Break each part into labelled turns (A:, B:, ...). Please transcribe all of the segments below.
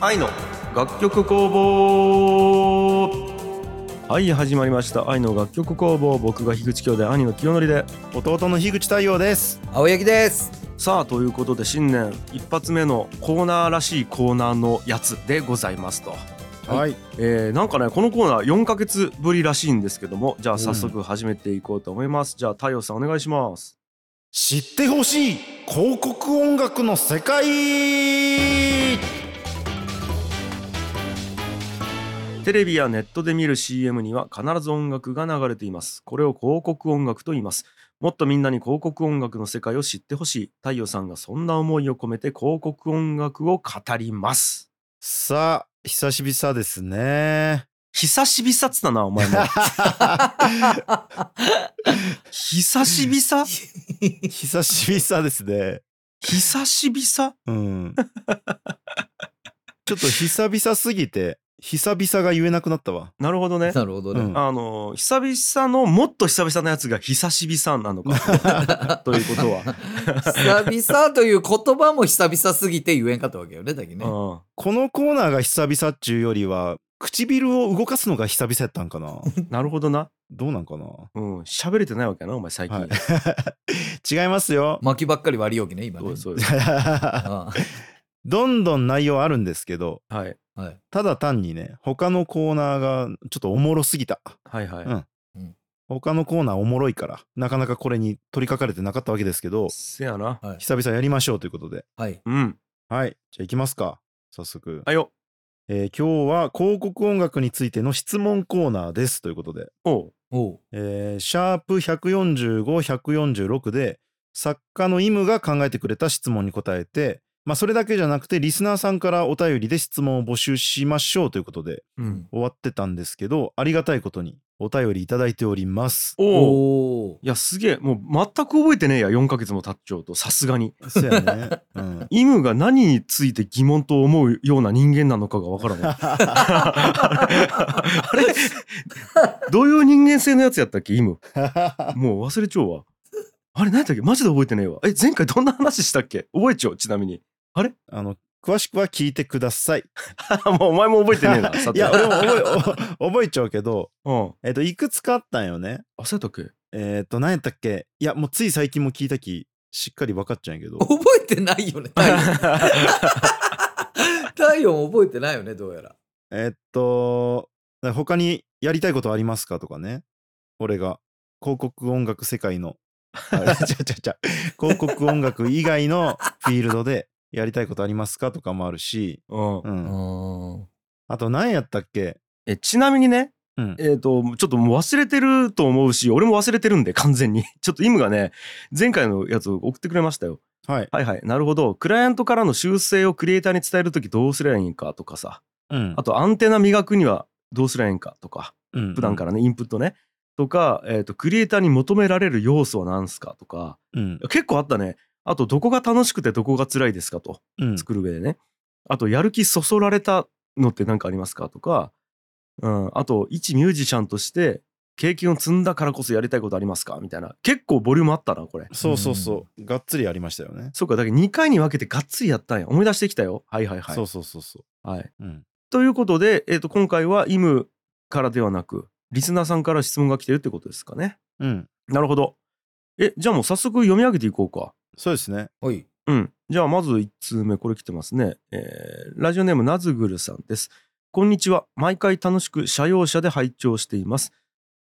A: 愛の楽曲工房はい始まりました愛の楽曲工房僕が樋口兄弟兄の清則で
B: 弟の樋口太陽です
C: 青 柳です。
A: さあということで新年一発目のコーナーらしいコーナーのやつでございますと、
B: はい
A: えー、なんかねこのコーナー4ヶ月ぶりらしいんですけどもじゃあ早速始めていこうと思います、じゃあ太陽さんお願いします
B: 知ってほしい広告音楽の世界
A: テレビやネットで見る CM には必ず音楽が流れています。これを広告音楽と言います。もっとみんなに広告音楽の世界を知ってほしい。太陽さんがそんな思いを込めて広告音楽を語ります。
B: さあ久しぶりさですね
A: 久しぶりさっつったな、お前も。久しぶりさ
B: 久しぶりさですね
A: 久しぶりさ
B: うんちょっと久々すぎて久々が言えなくなったわ
A: なるほどね。
C: なるほどね。
B: うん
A: あの、久々のもっと久々のやつが久しぶりさなのか。ということは。
C: 久々という言葉も久々すぎて言えんかったわけよね、だけね。
A: うん
B: このコーナーが久々っちゅうよりは唇を動かすのが久々やったんかな
A: なるほどな。
B: どうなんかな
A: うん。喋れてないわけやな、お前最近。
B: はい違い ますよ
C: 巻きばっかり割り置きね、今
A: そう
C: ね
A: です。 そうです
C: あ
B: どんどん内容あるんですけど
A: はい。
C: あはい。
B: ただ単にね他のコーナーがちょっとおもろすぎた
A: はいはい。
B: うん他のコーナーおもろいからなかなかこれに取り掛かれてなかったわけですけど
A: せやな。
C: はい。
B: 久々やりましょうということで
C: はい。
A: うん。
B: はいじゃあいきますか早速、
A: あよ。
B: えー今日は広告音楽についての質問コーナーですということで、
A: おう。
C: おう。
B: えーシャープ145146で作家のイムが考えてくれた質問に答えてまあそれだけじゃなくてリスナーさんからお便りで質問を募集しましょうということで
A: うん。
B: 終わってたんですけどありがたいことにお便りいただいてお ります。
A: おう。
C: おお。
A: いや、すげえ。もう全く覚えてねえや。4ヶ月も経っちゃうと。さすがに。
B: そうやね。うん、
A: イムが何について疑問と思うような人間なのかがわ からない。あれどういう人間性のやつやったっけイム。もう忘れちゃうわ。あれ何やったっけマジで覚えてねえわ。え、前回どんな話したっけ覚えちゃうちなみに。
B: あの詳しくは聞いてください。
A: もうお前も覚えてねえ な。さ
B: い
A: て。
B: や
A: うん。
B: 俺も覚えお覚 えちゃうけど、
A: あ、
B: えっといくつかあったんよね。
A: そうやったっけ
B: えっと何やったっけいやもうつい最近も聞いたきしっかり分かっちゃうんやけど
C: 覚えてないよね、太陽。太陽も覚えてないよね、どうやら。
B: えっと他にやりたいことありますかとかね俺が広告音楽世界の あちゃうちゃうちゃう広告音楽以外のフィールドでやりたいことありますかとかもあるし、
A: うん
B: う。、
C: うんん。
B: あと何やったっけ
A: えちなみにね、
B: うん
A: えっ、とちょっともう忘れてると思うし俺も忘れてるんで完全に ちょっとイムがね前回のやつを送ってくれましたよ
B: はい、
A: はいはいなるほどクライアントからの修正をクリエイターに伝える時どうすればいいんかとかさ
B: うん
A: あ、とアンテナ磨くにはどうすればいいんかとか
B: 普、
A: 普段からねインプットねとか、えー、とクリエイターに求められる要素は何すかとから
B: うん
A: 結構あったねあとどこが楽しくてどこが辛いですかと
B: うん、
A: 作る上でね。あと、やる気そそられたのって何かありますかとか、うん、あと、一ミュージシャンとして、経験を積んだからこそやりたいことありますかみたいな。結構ボリュームあったな、これ。
B: そうそうそう、がっつりありましたよね、
A: そうか、だけど2回に分けてがっつりやったんや。思い出してきたよ。はいはいはい。
B: そうそうそうそ
A: はい、
B: う、うん、
A: ということで、えー、と今回はイムからではなく、リスナーさんから質問が来てるってことですかね。
B: うん、
A: なるほど。え、じゃあもう早速読み上げていこうか。
B: そうですね
C: おい。
A: うん。じゃあ、まず1通目、これ来てますね。えーラジオネーム、なずぐるさんです。こんにちは。毎回楽しく社用車で拝聴しています。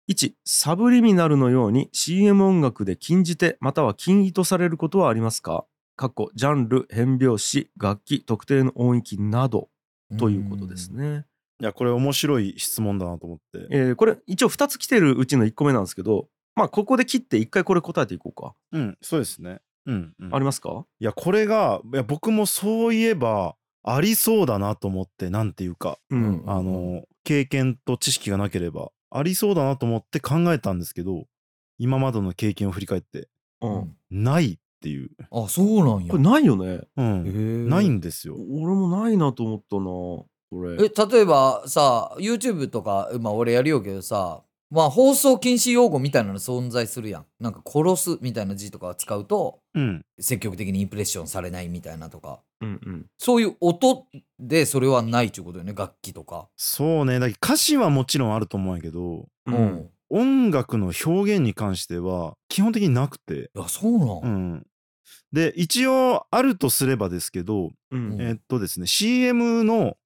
A: 1、サブリミナルのように CM 音楽で禁じて、または禁意とされることはありますか過去、ジャンル、変拍子、楽器、特定の音域などということですね。
B: いやこれ面白い質問だなと思って、
A: えーこれ、一応2つ来てるうちの1個目なんですけど、まあ、ここで切って1回これ答えていこうか。
B: うん、そうですねうん、うん
A: ありますか
B: いやこれがいや僕もそういえばありそうだなと思ってなんていうか、
A: う
C: うん。
A: ん。
B: あの経験と知識がなければありそうだなと思って考えたんですけど今までの経験を振り返って
A: うん。
B: ないっていう、
C: あ、そうなんや。
A: これないよね。
B: うん、な
C: ない
B: んですよ。
A: 俺もないなと思ったなこれ
C: え例えばさ YouTube とかまあ俺やるよけどさまあ放送禁止用語みたいなの存在するやん。なんか殺すみたいな字とか使うと
B: うん。
C: 積極的にインプレッションされないみたいなとか
A: うんうん
C: そういう音でそれはないっていうことよね楽器とか。
B: そうね。だけど歌詞はもちろんあると思うんやけど、
A: うん
B: 音楽の表現に関しては基本的になくて。
C: いやそうなん、
B: うん。で、一応あるとすればですけど、
A: うん
C: うん
B: えっとですね、CM の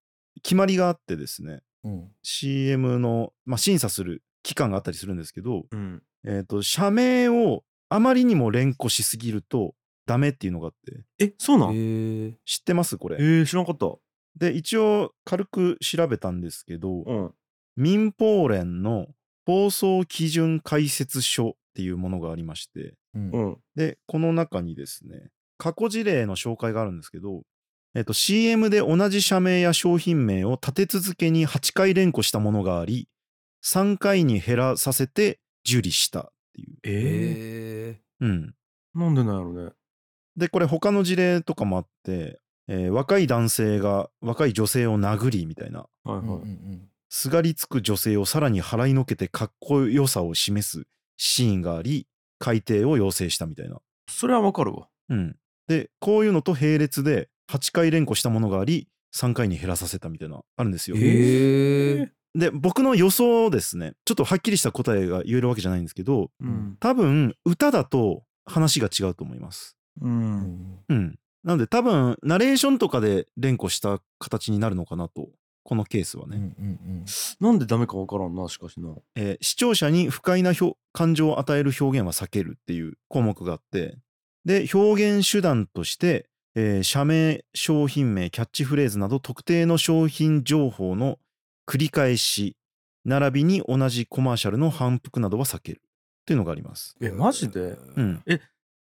B: 決まりがあってですね、
C: うん、
B: CM の、まあ、審査する期間があったりするんですけど、
A: うん
B: えっと、社名をあまりにも連呼しすぎるとダメっていうのがあって、
A: えそうなんえ
C: へえ。
B: 知ってますこれ。
A: ー、知らんかった
B: で一応軽く調べたんですけど、
A: うん
B: 民放連の放送基準解説書っていうものがありまして
C: うん
A: う。ん
B: でこの中にですね過去事例の紹介があるんですけど、えっと、CM で同じ社名や商品名を立て続けに8回連呼したものがあり3回に減らさせて受理したっていう。
A: えー、
C: へえ。
B: うん、
A: なんでなんやろね
B: でこれ他の事例とかもあって、えー若い男性が若い女性を殴りみたいな
A: はい
C: うんう
A: はい、
C: ん
B: すがりつく女性をさらに払いのけてかっこよさを示すシーンがあり改定を要請したみたいな。
A: それはわかるわ
B: うん、でこういうのと並列で8回連呼したものがあり3回に減らさせたみたいなあるんですよ
C: うん。。へえ。
B: で僕の予想ですねちょっとはっきりした答えが言えるわけじゃないんですけど
A: うん
B: 多分歌だと話が違うと思います。
A: う
C: うんん
B: うん、なので多分ナレーションとかで連呼した形になるのかなとこのケースは
C: うん
B: ね。
C: うん
A: なんでダメかわからんなしかしな
B: えー視聴者に不快な表感情を与える表現は避けるっていう項目があってで表現手段として、えー社名商品名キャッチフレーズなど特定の商品情報の繰り返し並びに同じコマーシャルの反復などは避けるっていうのがあります。
A: えマジで
B: うん、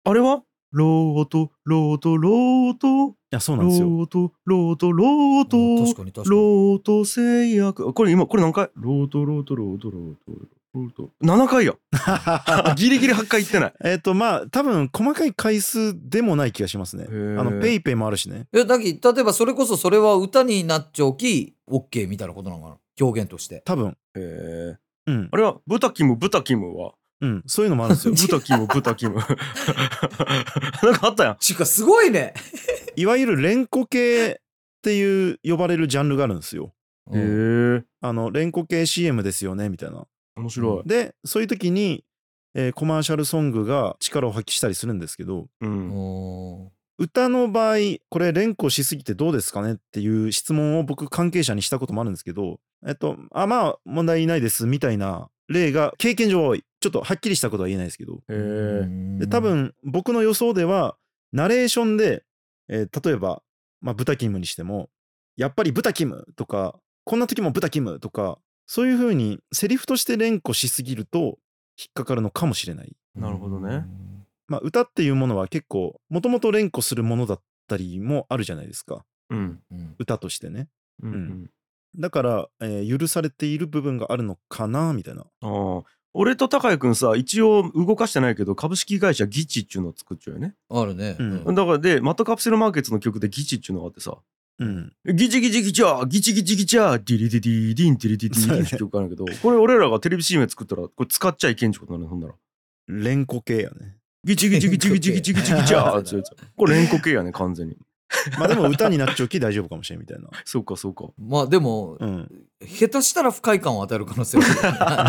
A: あれはロートロートロート
B: いやそうな
A: ロ
B: んですよ。
A: ートロートロート
C: うん確かに確かに。
A: ロート制約これ今これ何回ロートロートロートロートロート7回やギリギリ8回いってない
B: えっとまあ多分細かい回数でもない気がします
A: へ
B: ね。
A: ー
B: あのペイペイもあるしね。
C: えだき例えばそれこそそれは歌になっちゃおき OK みたいなことなのかな表現として。
B: 多分、
A: へえ
B: うん
A: あれはブタキムブタキムは
B: うん、そういうのもあるんですよ
A: ブ。タキムブタキ ムなんかあったやん
C: ちゅうかすごいね。
B: いわゆる連呼系っていう呼ばれるジャンルがあるんですよ。
C: うん
A: へえ
B: あの連呼系 CM ですよねみたいな。
A: 面白い
B: でそういう時に、えーコマーシャルソングが力を発揮したりするんですけど
A: うん
B: 歌の場合これ連呼しすぎてどうですかねっていう質問を僕関係者にしたこともあるんですけどえっとあまあ問題ないですみたいな例が経験上は多いちょっとはっきりしたことは言えないですけど
A: へ
C: う
A: え
C: ん
B: で多分僕の予想ではナレーションで、えー例えば、まあ、ブタキムにしてもやっぱりブタキムとかこんな時もブタキムとかそういう風にセリフとして連呼しすぎると引っかかるのかもしれない。
A: なるほどね。
B: まあ、歌っていうものは結構もともと連呼するものだったりもあるじゃないですか
A: うん
C: うん
B: 歌としてね
A: うんう
B: うん
A: ん
B: だから、えー許されている部分があるのかなみたいな
A: あー俺と高谷君さ一応動かしてないけど株式会社ギチっちゅうの作っちゃうよね
C: あるね。
B: うん
A: だからでマットカプセルマーケッツの曲でギチっちゅうのがあってさ
B: うん
A: ギチギチギチャーギチギチギチャーディリディディディンディリディディディンって曲ある んやけどこれ俺らがテレビ CM 作ったらこれ使っちゃいけんちゅうことなのよほんなら
B: 連呼系やね
A: ギチギチギチギチギチギチギチャーってやつこれ連呼系やね完全に
B: まあでも歌になっちゃうき大丈夫かもしれんみたいな
A: そうかそうか
C: まあでも、
B: うん
C: 下手したら不快感を与える可能性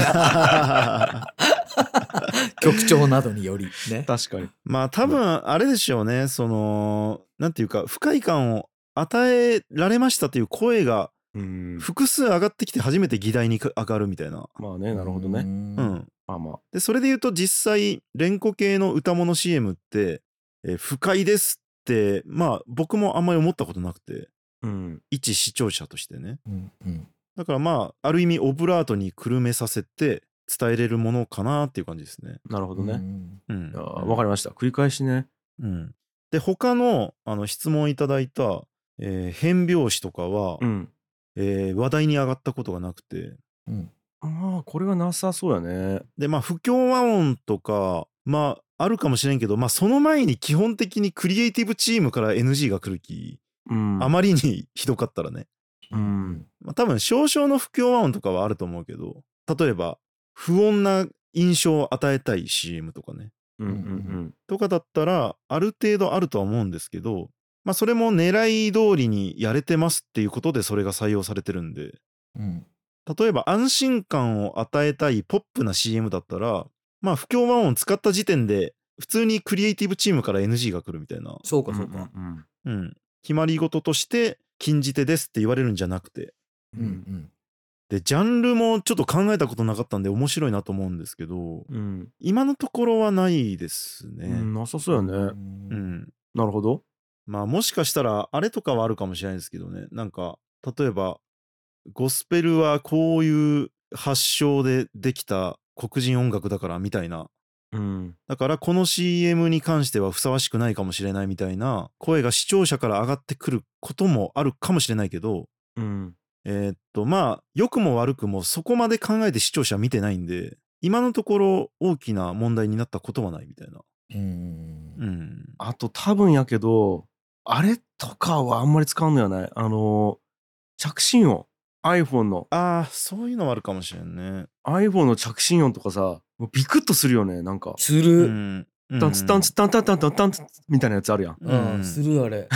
C: はある局長などによりね。
A: 確かに
B: まあ多分あれでしょうねそのなんていうか不快感を与えられましたという声が
A: うん
B: 複数上がってきて初めて議題にか上がるみたいな。
A: まあねなるほどね
B: う
C: ね。
B: ん、
A: まあまあ
B: でそれで言うと実際連呼系の歌物 CM って、えー不快ですってまあ僕もあんまり思ったことなくて
A: うん
B: 一視聴者としてね
C: うんうん
B: だからまあある意味オブラートにくるめさせて伝えれるものかなっていう感じですね。
A: なるほど
C: う
A: ね
C: ん
B: うん、
A: いやーわかりました繰り返しね
B: うん、で他のあの質問いただいた、えー変拍子とかは、
A: うん
B: えー話題に上がったことがなくて
C: うん
A: ああこれはなさそうやね
B: でまあ不協和音とかまああるかもしれんけど、まあ、その前に基本的にクリエイティブチームから NG が来るき、
A: うん
B: あまりにひどかったらね、
A: うん
B: まあ、多分少々の不協和音とかはあると思うけど例えば不穏な印象を与えたい CM とかね。
A: うんうん
B: とかだったら、ある程度あるとは思うんですけど、まあそれも狙い通りにやれてますっていうことでそれが採用されてるんで、
C: うん。
B: 例えば安心感を与えたいポップな CM だったら、まあ不協和音を使った時点で、普通にクリエイティブチームから NG が来るみたいな、
C: そう
A: う
C: か
A: ん。
C: そうか。
A: うん
B: うん、決まり事として禁じ手ですって言われるんじゃなくて、
C: うんうん。。
B: で、ジャンルもちょっと考えたことなかったんで面白いなと思うんですけど、
A: うん
B: 今のところはないですね。
A: うん。なさそうやね。
B: うんん。
A: なるほど。
B: まあもしかしたらあれとかはあるかもしれないですけどね。なんか例えばゴスペルはこういう発祥でできた黒人音楽だからみたいな。
A: うん。
B: だからこの CM に関してはふさわしくないかもしれないみたいな声が視聴者から上がってくることもあるかもしれないけど、
A: うん。
B: えーっとまあ良くも悪くもそこまで考えて視聴者は見てないんで、今のところ大きな問題になったことはないみたいな。
C: うん
B: う。ん。
A: あと多分やけど、あれとかはあんまり使うのよね。あのー、着信音。iPhone の、
B: ああ、そういうのはあるかもしれんね。
A: iPhone の着信音とかさ、もうビクッとするよね。なんか、
C: す
B: う
C: る。
B: ん。
A: タンツタンツタンタンタンタンタンツみたいなやつあるやん。
B: う。
C: うんん。するあれ。。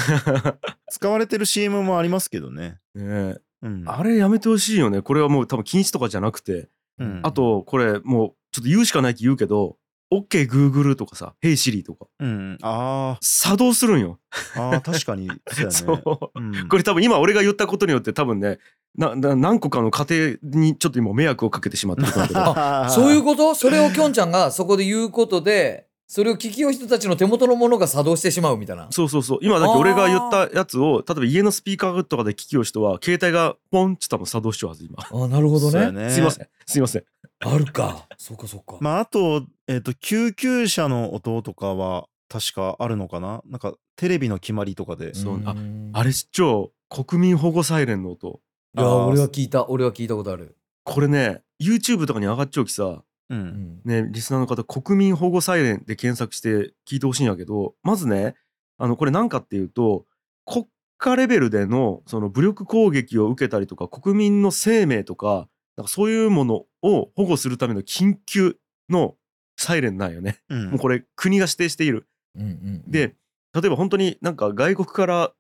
B: 使われてる CM もありますけどね。
A: ねえ
B: うん、
A: あれやめてほしいよね。これはもう多分禁止とかじゃなくて。
B: うん
A: あ、と、これもうちょっと言うしかないって言うけど、OKGoogle とかさ、Hey Siri とか、
B: うん、あ
A: 作動するんよ。
B: ーあー、確かにそうやね。
A: そう。
B: うん
A: これ多分今俺が言ったことによって多分ね、なな何個かの家庭にちょっと今迷惑をかけてしまったことなんだけど
C: そういうことそれをきょんちゃんがそこで言うことで、それを聞きよう人たちの手元のものが作動してしまうみたいな。
A: そうそうそう今だって俺が言ったやつを例えば家のスピーカーとかで聞きよう人は携帯がポンって多分作動しちゃうはず今
C: あなるほど
B: そうや
C: ね。
B: ね
A: すいませんすいません
C: あるか。そうかそうか。
B: まあ、あと、えっ、と、救急車の音とかは確かあるのかななんかテレビの決まりとかで。
A: そうあ
C: ん
A: あれ市長国民保護サイレンの音
C: いや
B: あー
C: 俺は聞いた俺は聞いたことある、
A: これね YouTube とかに上がっちゃうきさ
B: う。
C: うんん
A: ねリスナーの方国民保護サイレンで検索して聞いてほしいんやけどまずねあのこれ何かっていうと国家レベルでのその武力攻撃を受けたりとか国民の生命とかなんかそういうものを保護するための緊急のサイレンなんよね。
B: うん
A: もうこれ国が指定している。
C: うんうん、
A: で例えば本当になんか外国から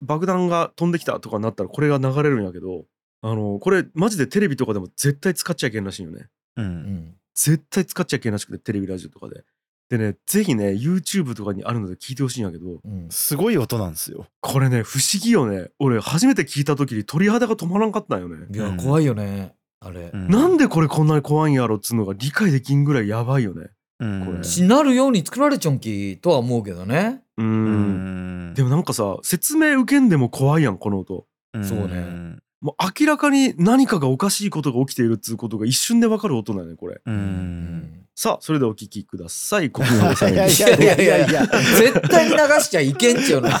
A: 爆弾が飛んできたとかになったらこれが流れるんやけどあのこれマジでテレビとかでも絶対使っちゃいけんらしいよね。
B: う。
C: うんん、
A: 絶対使っちゃいけなしくてテレビラジオとかで。でねぜひね YouTube とかにあるので聞いてほしいんやけど
C: うん、
B: すごい音なんですよ。
A: これね不思議よね俺初めて聞いた時に鳥肌が止まらんかったんよね。
C: い
B: うん
C: や怖いよねあれ、
B: うん
A: なんでこれこんなに怖いんやろっつうのが理解できんぐらいやばいよね。
B: うん
A: これ
C: しなるように作られちょんきとは思うけどね
A: う。
B: うんん。
A: でもなんかさ説明受けんでも怖いやんこの音。
B: うん
C: そうね
A: もう明らかに何かがおかしいことが起きているっつうことが一瞬でわかる音だよねこれ。
B: う。
C: うん
A: さあそれでお聞きください。国民保護さ
B: い
A: れ
B: や
A: る
B: いやいやいやいや。
C: 絶対に流しちゃいけんっちゅうの そ ん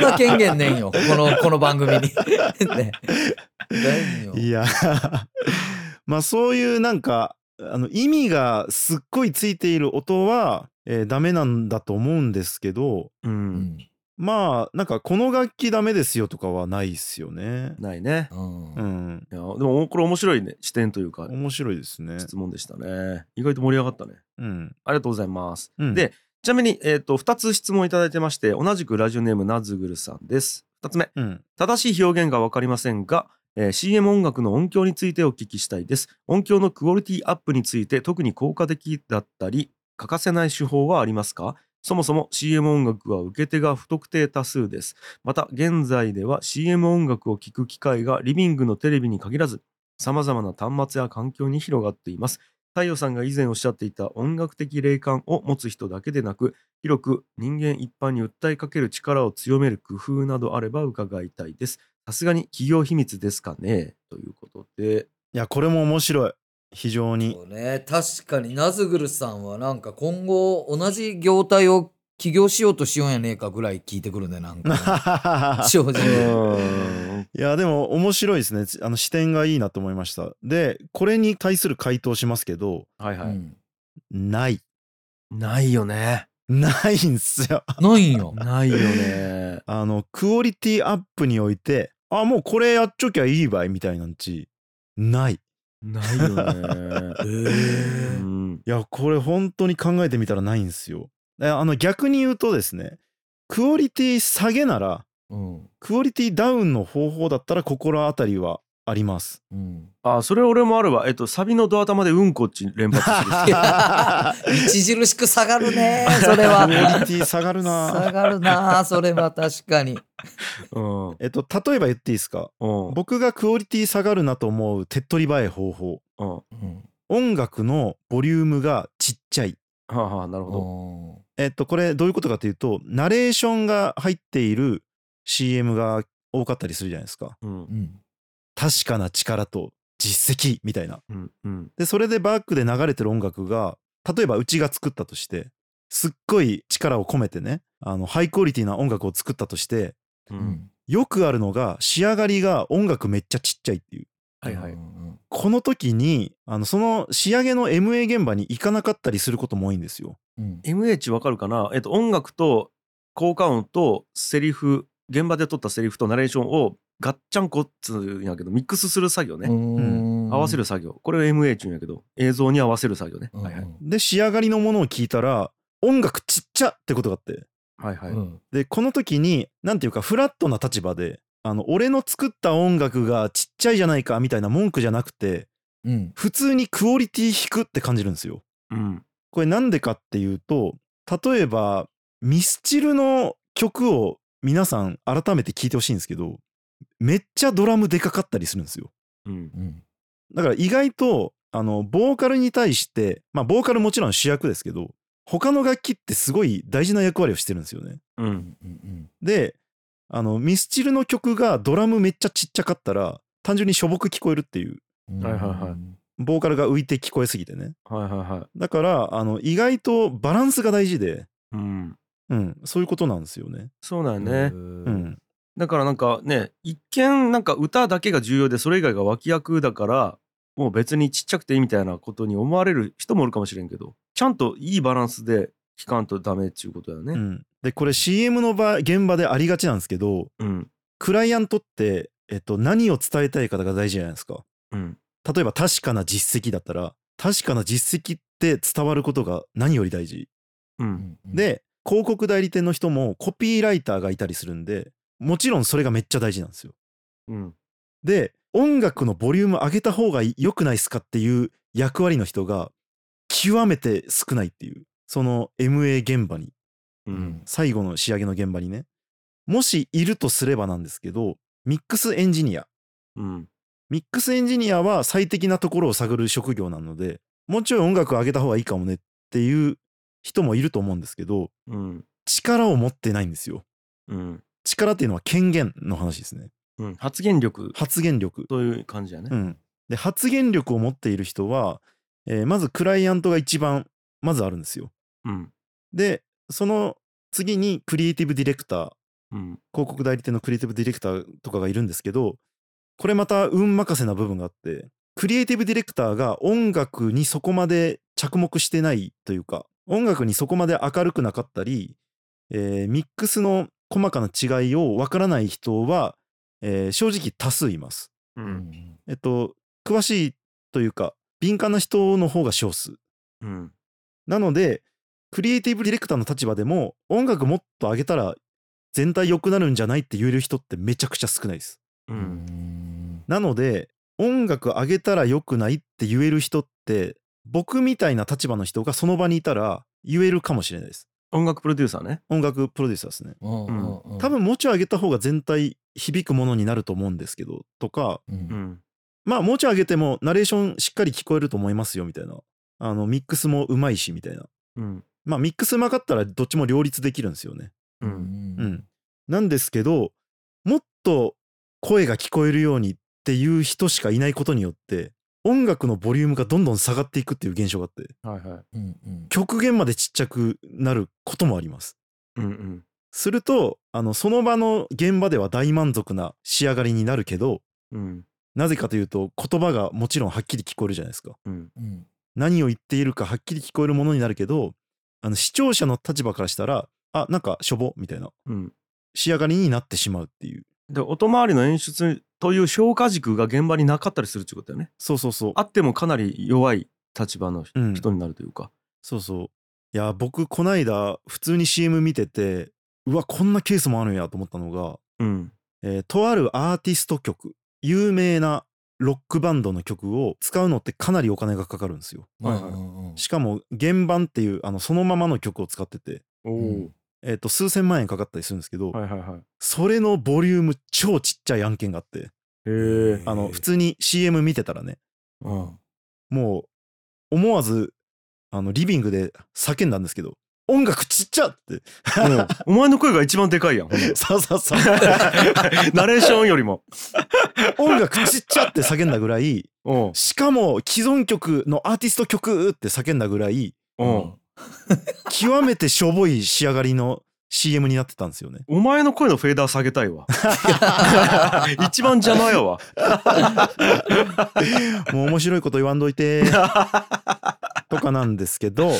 C: な権限ねんよこのこの番組にねないよ
B: いや まあそういうなんかあの意味がすっごいついている音は、えーダメなんだと思うんですけど
A: う。
C: うんん
B: まあなんかこの楽器ダメですよとかはないっすよね。
A: ないね。
C: うん
B: うん
A: いやでもこれ面白いね視点というか
B: 面白いですね。
A: 質問でしたね。意外と盛り上がったね。
B: うん
A: ありがとうございます。
B: うん、
A: でちなみに、えー、と2つ質問いただいてまして同じくラジオネームナズグルさんです。2つ目
B: うん、
A: 正しい表現が分かりませんが、えー CM 音楽の音響についてお聞きしたいです。音響のクオリティアップについて特に効果的だったり欠かせない手法はありますかそもそも CM 音楽は受け手が不特定多数です。また現在では CM 音楽を聴く機会がリビングのテレビに限らず様々な端末や環境に広がっています。太陽さんが以前おっしゃっていた音楽的霊感を持つ人だけでなく広く人間一般に訴えかける力を強める工夫などあれば伺いたいです。さすがに企業秘密ですかねということで。
B: いやこれも面白い非常に
C: そ。うね確かにナズグルさんはなんか今後同じ業態を起業しようとしようんやねえかぐらい聞いてくる ねなんか正直
B: いやでも面白いですねあの視点がいいなと思いました。でこれに対する回答しますけど
A: はいうはい。
C: ん
B: ない
A: ないよね。
B: ないんすよ。
C: ないんよ。
A: ないよね。
B: あのクオリティアップにおいてあもうこれやっちょきゃいいばいみたいなんちない
A: ない よね
C: え
A: う
C: ー
A: ん
B: いや、これ本当に考えてみたらないんですよ。えあの逆に言うとですね、クオリティ下げなら、
C: うん
B: クオリティダウンの方法だったら心当たりはあります。
C: うん、
A: あそれ俺もあるわ、えっと、サビのドア玉でうんこっち連発する
C: 著しく下がるねそれは
B: クオリティ下がる
C: 下
B: な。
C: がるなそれは確かに
A: うん
B: えっと、例えば言っていいですか
A: うん
B: 僕がクオリティ下がるなと思う手っ取り早い方法。
A: うんは
C: うん
B: 音楽のボリュームがちっちゃい。
A: あはあなるほど
C: お
B: えっと、これどういうことかというと、ナレーションが入っている CM が多かったりするじゃないですか。
A: うん
C: ーうん
B: 確かな力と実績みたいな。
A: うんうん
B: で、それでバックで流れてる音楽が、例えばうちが作ったとして、すっごい力を込めてね、あの、ハイクオリティな音楽を作ったとして、
A: う
C: うんん
B: よくあるのが、仕上がりが音楽めっちゃちっちゃいっていう。
A: はいはい
C: うん
B: この時に、あの、その仕上げの MA 現場に行かなかったりすることも多いんですよ。
C: うん
A: MH わかるかな、えっと、音楽と効果音とセリフ現場で撮ったセリフとナレーションをガッチャンコっつうんやけどミックスする作業ね、
C: うん
A: 合わせる作業これを MH うんやけど映像に合わせる作業ね、はいはい
B: で、仕上がりのものを聞いたら、音楽ちっちゃってことがあって。
A: はいはい、
C: うん
B: で、この時に、なんていうか、フラットな立場で、あの、俺の作った音楽がちっちゃいじゃないかみたいな文句じゃなくて、
C: うん
B: 普通にクオリティ低って感じるんですよ。
A: うん
B: これなんでかっていうと例えばミスチルの曲を皆さん改めて聴いてほしいんですけどめっちゃドラムでかかったりするんですよ。
A: うん
C: うん
B: だから意外とあのボーカルに対してまあボーカルもちろん主役ですけど他の楽器ってすごい大事な役割をしてるんですよね。
A: う
C: うんんうん
B: であのミスチルの曲がドラムめっちゃちっちゃかったら単純にしょぼく聞こえるっていう
C: うん
A: はいはいはい
B: ボーカルが浮いて聞こえすぎてね。
A: はいはいはい
B: だからあの意外とバランスが大事で、
A: うん
B: うん、そういうことなんですよね。
A: そうだよね、
B: う
C: うん
B: ん、
A: だからなんかね一見なんか歌だけが重要でそれ以外が脇役だからもう別にちっちゃくていいみたいなことに思われる人もいるかもしれんけどちゃんといいバランスで聞かんとダメっていうことだよ
B: う
A: ね。
B: ん、でこれ CM の場現場でありがちなんですけど
A: うん
B: クライアントって、えっと、何を伝えたいかが大事じゃないですか
A: うん
B: 例えば確かな実績だったら確かな実績って伝わることが何より大事
A: うん
B: で広告代理店の人もコピーライターがいたりするんでもちろんそれがめっちゃ大事なんですよ
A: うん
B: で音楽のボリューム上げた方が良くないですかっていう役割の人が極めて少ないっていうその MA 現場に
A: う
C: うんん
B: 最後の仕上げの現場にねもしいるとすればなんですけどミックスエンジニア
A: うん
B: ミックスエンジニアは最適なところを探る職業なのでもうちょい音楽を上げた方がいいかもねっていう人もいると思うんですけど
A: うん
B: 力を持ってないんですよ
A: うん
B: 力っていうのは権限の話ですね
A: うん発言力
B: 発言力
A: という感じやね。
B: うんで発言力を持っている人は、えーまずクライアントが一番まずあるんですよ
A: うん
B: でその次にクリエイティブディレクター
A: うん
B: 広告代理店のクリエイティブディレクターとかがいるんですけどこれまた運任せな部分があってクリエイティブディレクターが音楽にそこまで着目してないというか音楽にそこまで明るくなかったり、えーミックスの細かな違いをわからない人は、えー正直多数います。
A: う
C: うんん
B: えっと詳しいというか敏感な人の方が少数。
A: うん
B: なので、クリエイティブディレクターの立場でも、音楽もっと上げたら全体良くなるんじゃないって言える人ってめちゃくちゃ少ないです。
A: う
C: うんん
B: なので、音楽上げたら良くないって言える人って、僕みたいな立場の人がその場にいたら言えるかもしれないです。
A: 音楽プロデューサーね。
B: 音楽プロデューサーですね。
C: うんうんうん
B: 多分もうちょい上げた方が全体響くものになると思うんですけど、とか、
C: うん
A: うん
B: まあもうちょい上げてもナレーションしっかり聞こえると思いますよみたいな。あの、ミックスもうまいしみたいな。
A: うん
B: まあミックスうまかったらどっちも両立できるんですよね。
A: う
C: うんん
B: うん、なんですけどもっと声が聞こえるようにっていう人しかいないことによって音楽のボリュームがどんどん下がっていくっていう現象があって
A: はいはい。
C: うんうん
B: 極限までちっちゃくなることもあります。
A: うんうん
B: するとあのその場の現場では大満足な仕上がりになるけど
A: うん
B: なぜかというと言葉がもちろんはっきり聞こえるじゃないですか。
A: うん
C: うん
B: 何を言っているかはっきり聞こえるものになるけどあの視聴者の立場からしたらあなんかしょぼみたいな
A: うん
B: 仕上がりになってしまうっていう
A: で音回りの演出という評価軸が現場になかったりするってことだよね
B: そうそうそう
A: あってもかなり弱い立場の
B: うん
A: 人になるというか、
B: そうそういや僕こないだ普通に CM 見ててうわこんなケースもあるんやと思ったのが、
A: うん
B: えーとあるアーティスト曲有名なロックバンドの曲を使うのってかなりお金がかかるんですよ
A: はいはい
C: うんうんうん
B: しかも原版っていうあのそのままの曲を使ってて、
A: お
C: ー
B: えー、と数千万円かかったりするんですけど、
A: はいはいはい
B: それのボリューム超ちっちゃい案件があって
A: へえ
B: あ
C: へ
B: の
C: ー
B: 普通に CM 見てたらね
A: うん
B: もう思わずあのリビングで叫んだんですけど音楽ちっちゃって
A: お前の声が一番でかいやんほ んなら
B: そうそうそう
A: ナレーションよりも
B: 音楽ちっちゃって叫んだぐらい
A: うん
B: しかも既存曲のアーティスト曲って叫んだぐらい
A: うん
B: 極めてしょぼい仕上がりの CM になってたんですよ ね
A: お前の声のフェーダー下げたい わ一番邪魔やわ
B: もう面白いこと言わんといてとかなんですけど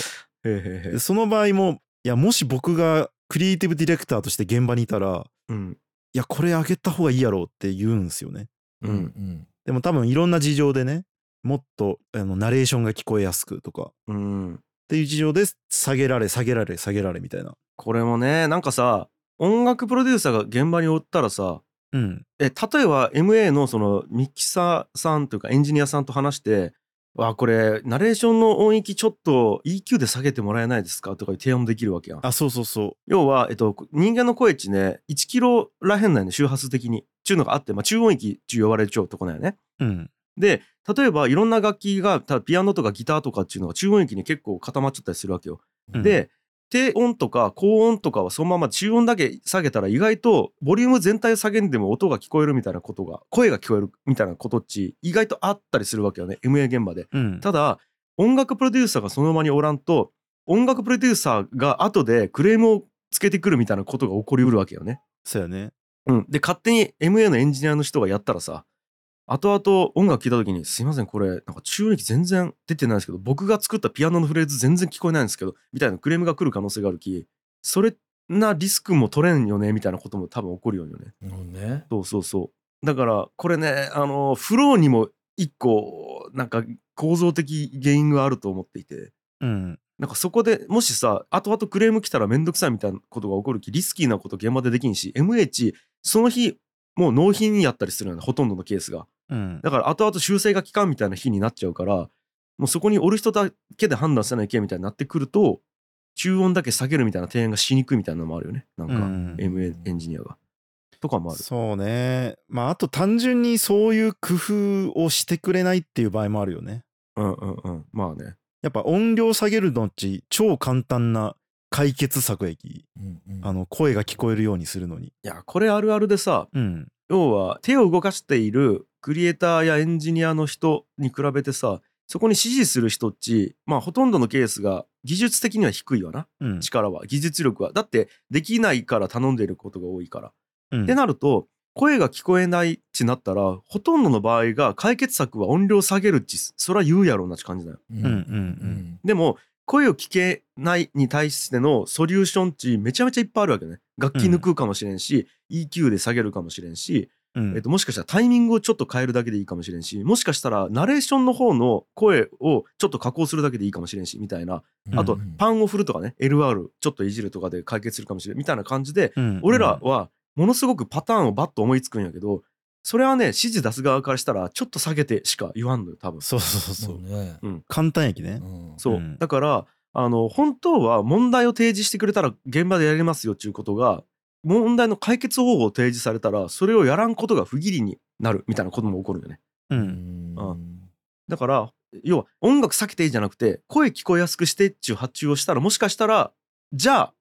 A: へへ
B: その場合もいやもし僕がクリエイティブディレクターとして現場にいたら
A: うん
B: いやこれあげた方がいいやろうって言うんですよね
A: う
C: うんん
B: でも多分いろんな事情でねもっとあのナレーションが聞こえやすくとかっ
A: うん
B: ていう事情で下げられ下げられ下げられみたいな
A: これもねなんかさ音楽プロデューサーが現場におったらさ
B: うん
A: え例えば MA のそのミキサーさんというかエンジニアさんと話して「わあこれナレーションの音域ちょっと EQ で下げてもらえないですか?」とかいう提案もできるわけやん。
B: あそうそうそ
A: 要は、えっと、人間の声値ね1キロらへんなんね周波数的にちゅうのがあって、まあ、中音域ちゅう呼ばれちゃうとこなんよね。
B: ううん
A: で例えばいろんな楽器がただピアノとかギターとかっていうのが中音域に結構固まっちゃったりするわけよ。
B: うん
A: で低音とか高音とかはそのまま中音だけ下げたら意外とボリューム全体下げんでも音が聞こえるみたいなことが声が聞こえるみたいなことっち意外とあったりするわけよね MA 現場で。
B: うん
A: ただ音楽プロデューサーがその場におらんと音楽プロデューサーが後でクレームをつけてくるみたいなことが起こりうるわけよね。
B: そうやね
A: うん、で勝手に MA のエンジニアの人がやったらさ後々音楽聴いた時に「すいませんこれなんか中音域全然出てないんですけど僕が作ったピアノのフレーズ全然聞こえないんですけど」みたいなクレームが来る可能性があるきそれなリスクも取れんよねみたいなことも多分起こるよね。
C: うんうんね
A: そうそうそうだからこれねあのフローにも一個なんか構造的原因があると思っていて
B: うん
A: なんかそこでもしさ後々クレーム来たら面倒くさいみたいなことが起こるきリスキーなこと現場でできんし MH その日もう納品やったりするよねほとんどのケースが
B: うん
A: だから後々修正が効かんみたいな日になっちゃうからもうそこにおる人だけで判断せないけんみたいになってくると中音だけ下げるみたいな提案がしにくいみたいなのもあるよねなんか、
B: うん
A: MA エンジニアがとかもある
B: そうねまああと単純にそういう工夫をしてくれないっていう場合もあるよね
A: うんうんうんまあね
B: やっぱ音量下げるのっち超簡単な解決策やき
C: うんうん
B: あの声が聞こえるようにするのに
A: いやこれあるあるでさ
B: うん
A: 要は手を動かしているクリエイターやエンジニアの人に比べてさそこに支持する人っちまあほとんどのケースが技術的には低いわな
B: うん
A: 力は技術力はだってできないから頼んでいることが多いから。
B: うん
A: ってなると声が聞こえないってなったらほとんどの場合が解決策は音量下げるっちそれは言うやろうなって感じだよ。
C: うん
B: うんうん
A: でも声を聞けないに対してのソリューションっちめちゃめちゃいっぱいあるわけね。楽器抜くかもしれんし、EQ で下げるかもしれんし
B: うん
A: えっと、もしかしたらタイミングをちょっと変えるだけでいいかもしれんしもしかしたらナレーションの方の声をちょっと加工するだけでいいかもしれんしみたいなあと
C: うん
A: パンを振るとかね LR ちょっといじるとかで解決するかもしれんみたいな感じで
B: うん
A: 俺らはものすごくパターンをバッと思いつくんやけどそれはね指示出す側からしたらちょっと下げてしか言わんのよ多分
B: そうそうそうそう
C: ね
B: 簡単やきね
C: うん
A: そう、
B: うん
A: だからあの本当は問題を提示してくれたら現場でやりますよっていうことが問題の解決方法を提示されたらそれをやらんことが不義理になるみたいなことも起こるよね。
B: う
C: うんん
A: うだから要は音楽避けていいじゃなくて声聞こえやすくしてっちゅう発注をしたらもしかしたらじゃあ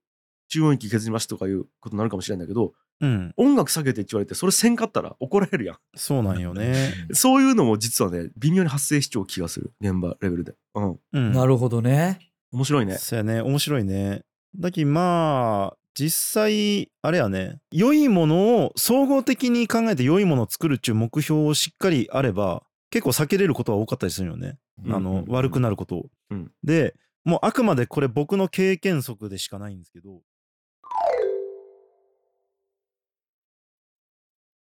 A: 中音域削りますとかいうことになるかもしれないんだけど
B: うん
A: 音楽避けてって言われてそれせんかったら怒られるやん
B: そうなんよね
A: そういうのも実はね微妙に発生しちゃう気がする現場レベルでうん
B: うん
C: なるほどね
A: 面白いね
B: そうやね面白いねだきまあ実際あれやね良いものを総合的に考えて良いものを作るっちゅう目標をしっかりあれば結構避けれることは多かったりするよね、
A: うん
B: あの悪くなることを、
A: うん
B: でもうあくまでこれ僕の経験則でしかないんですけど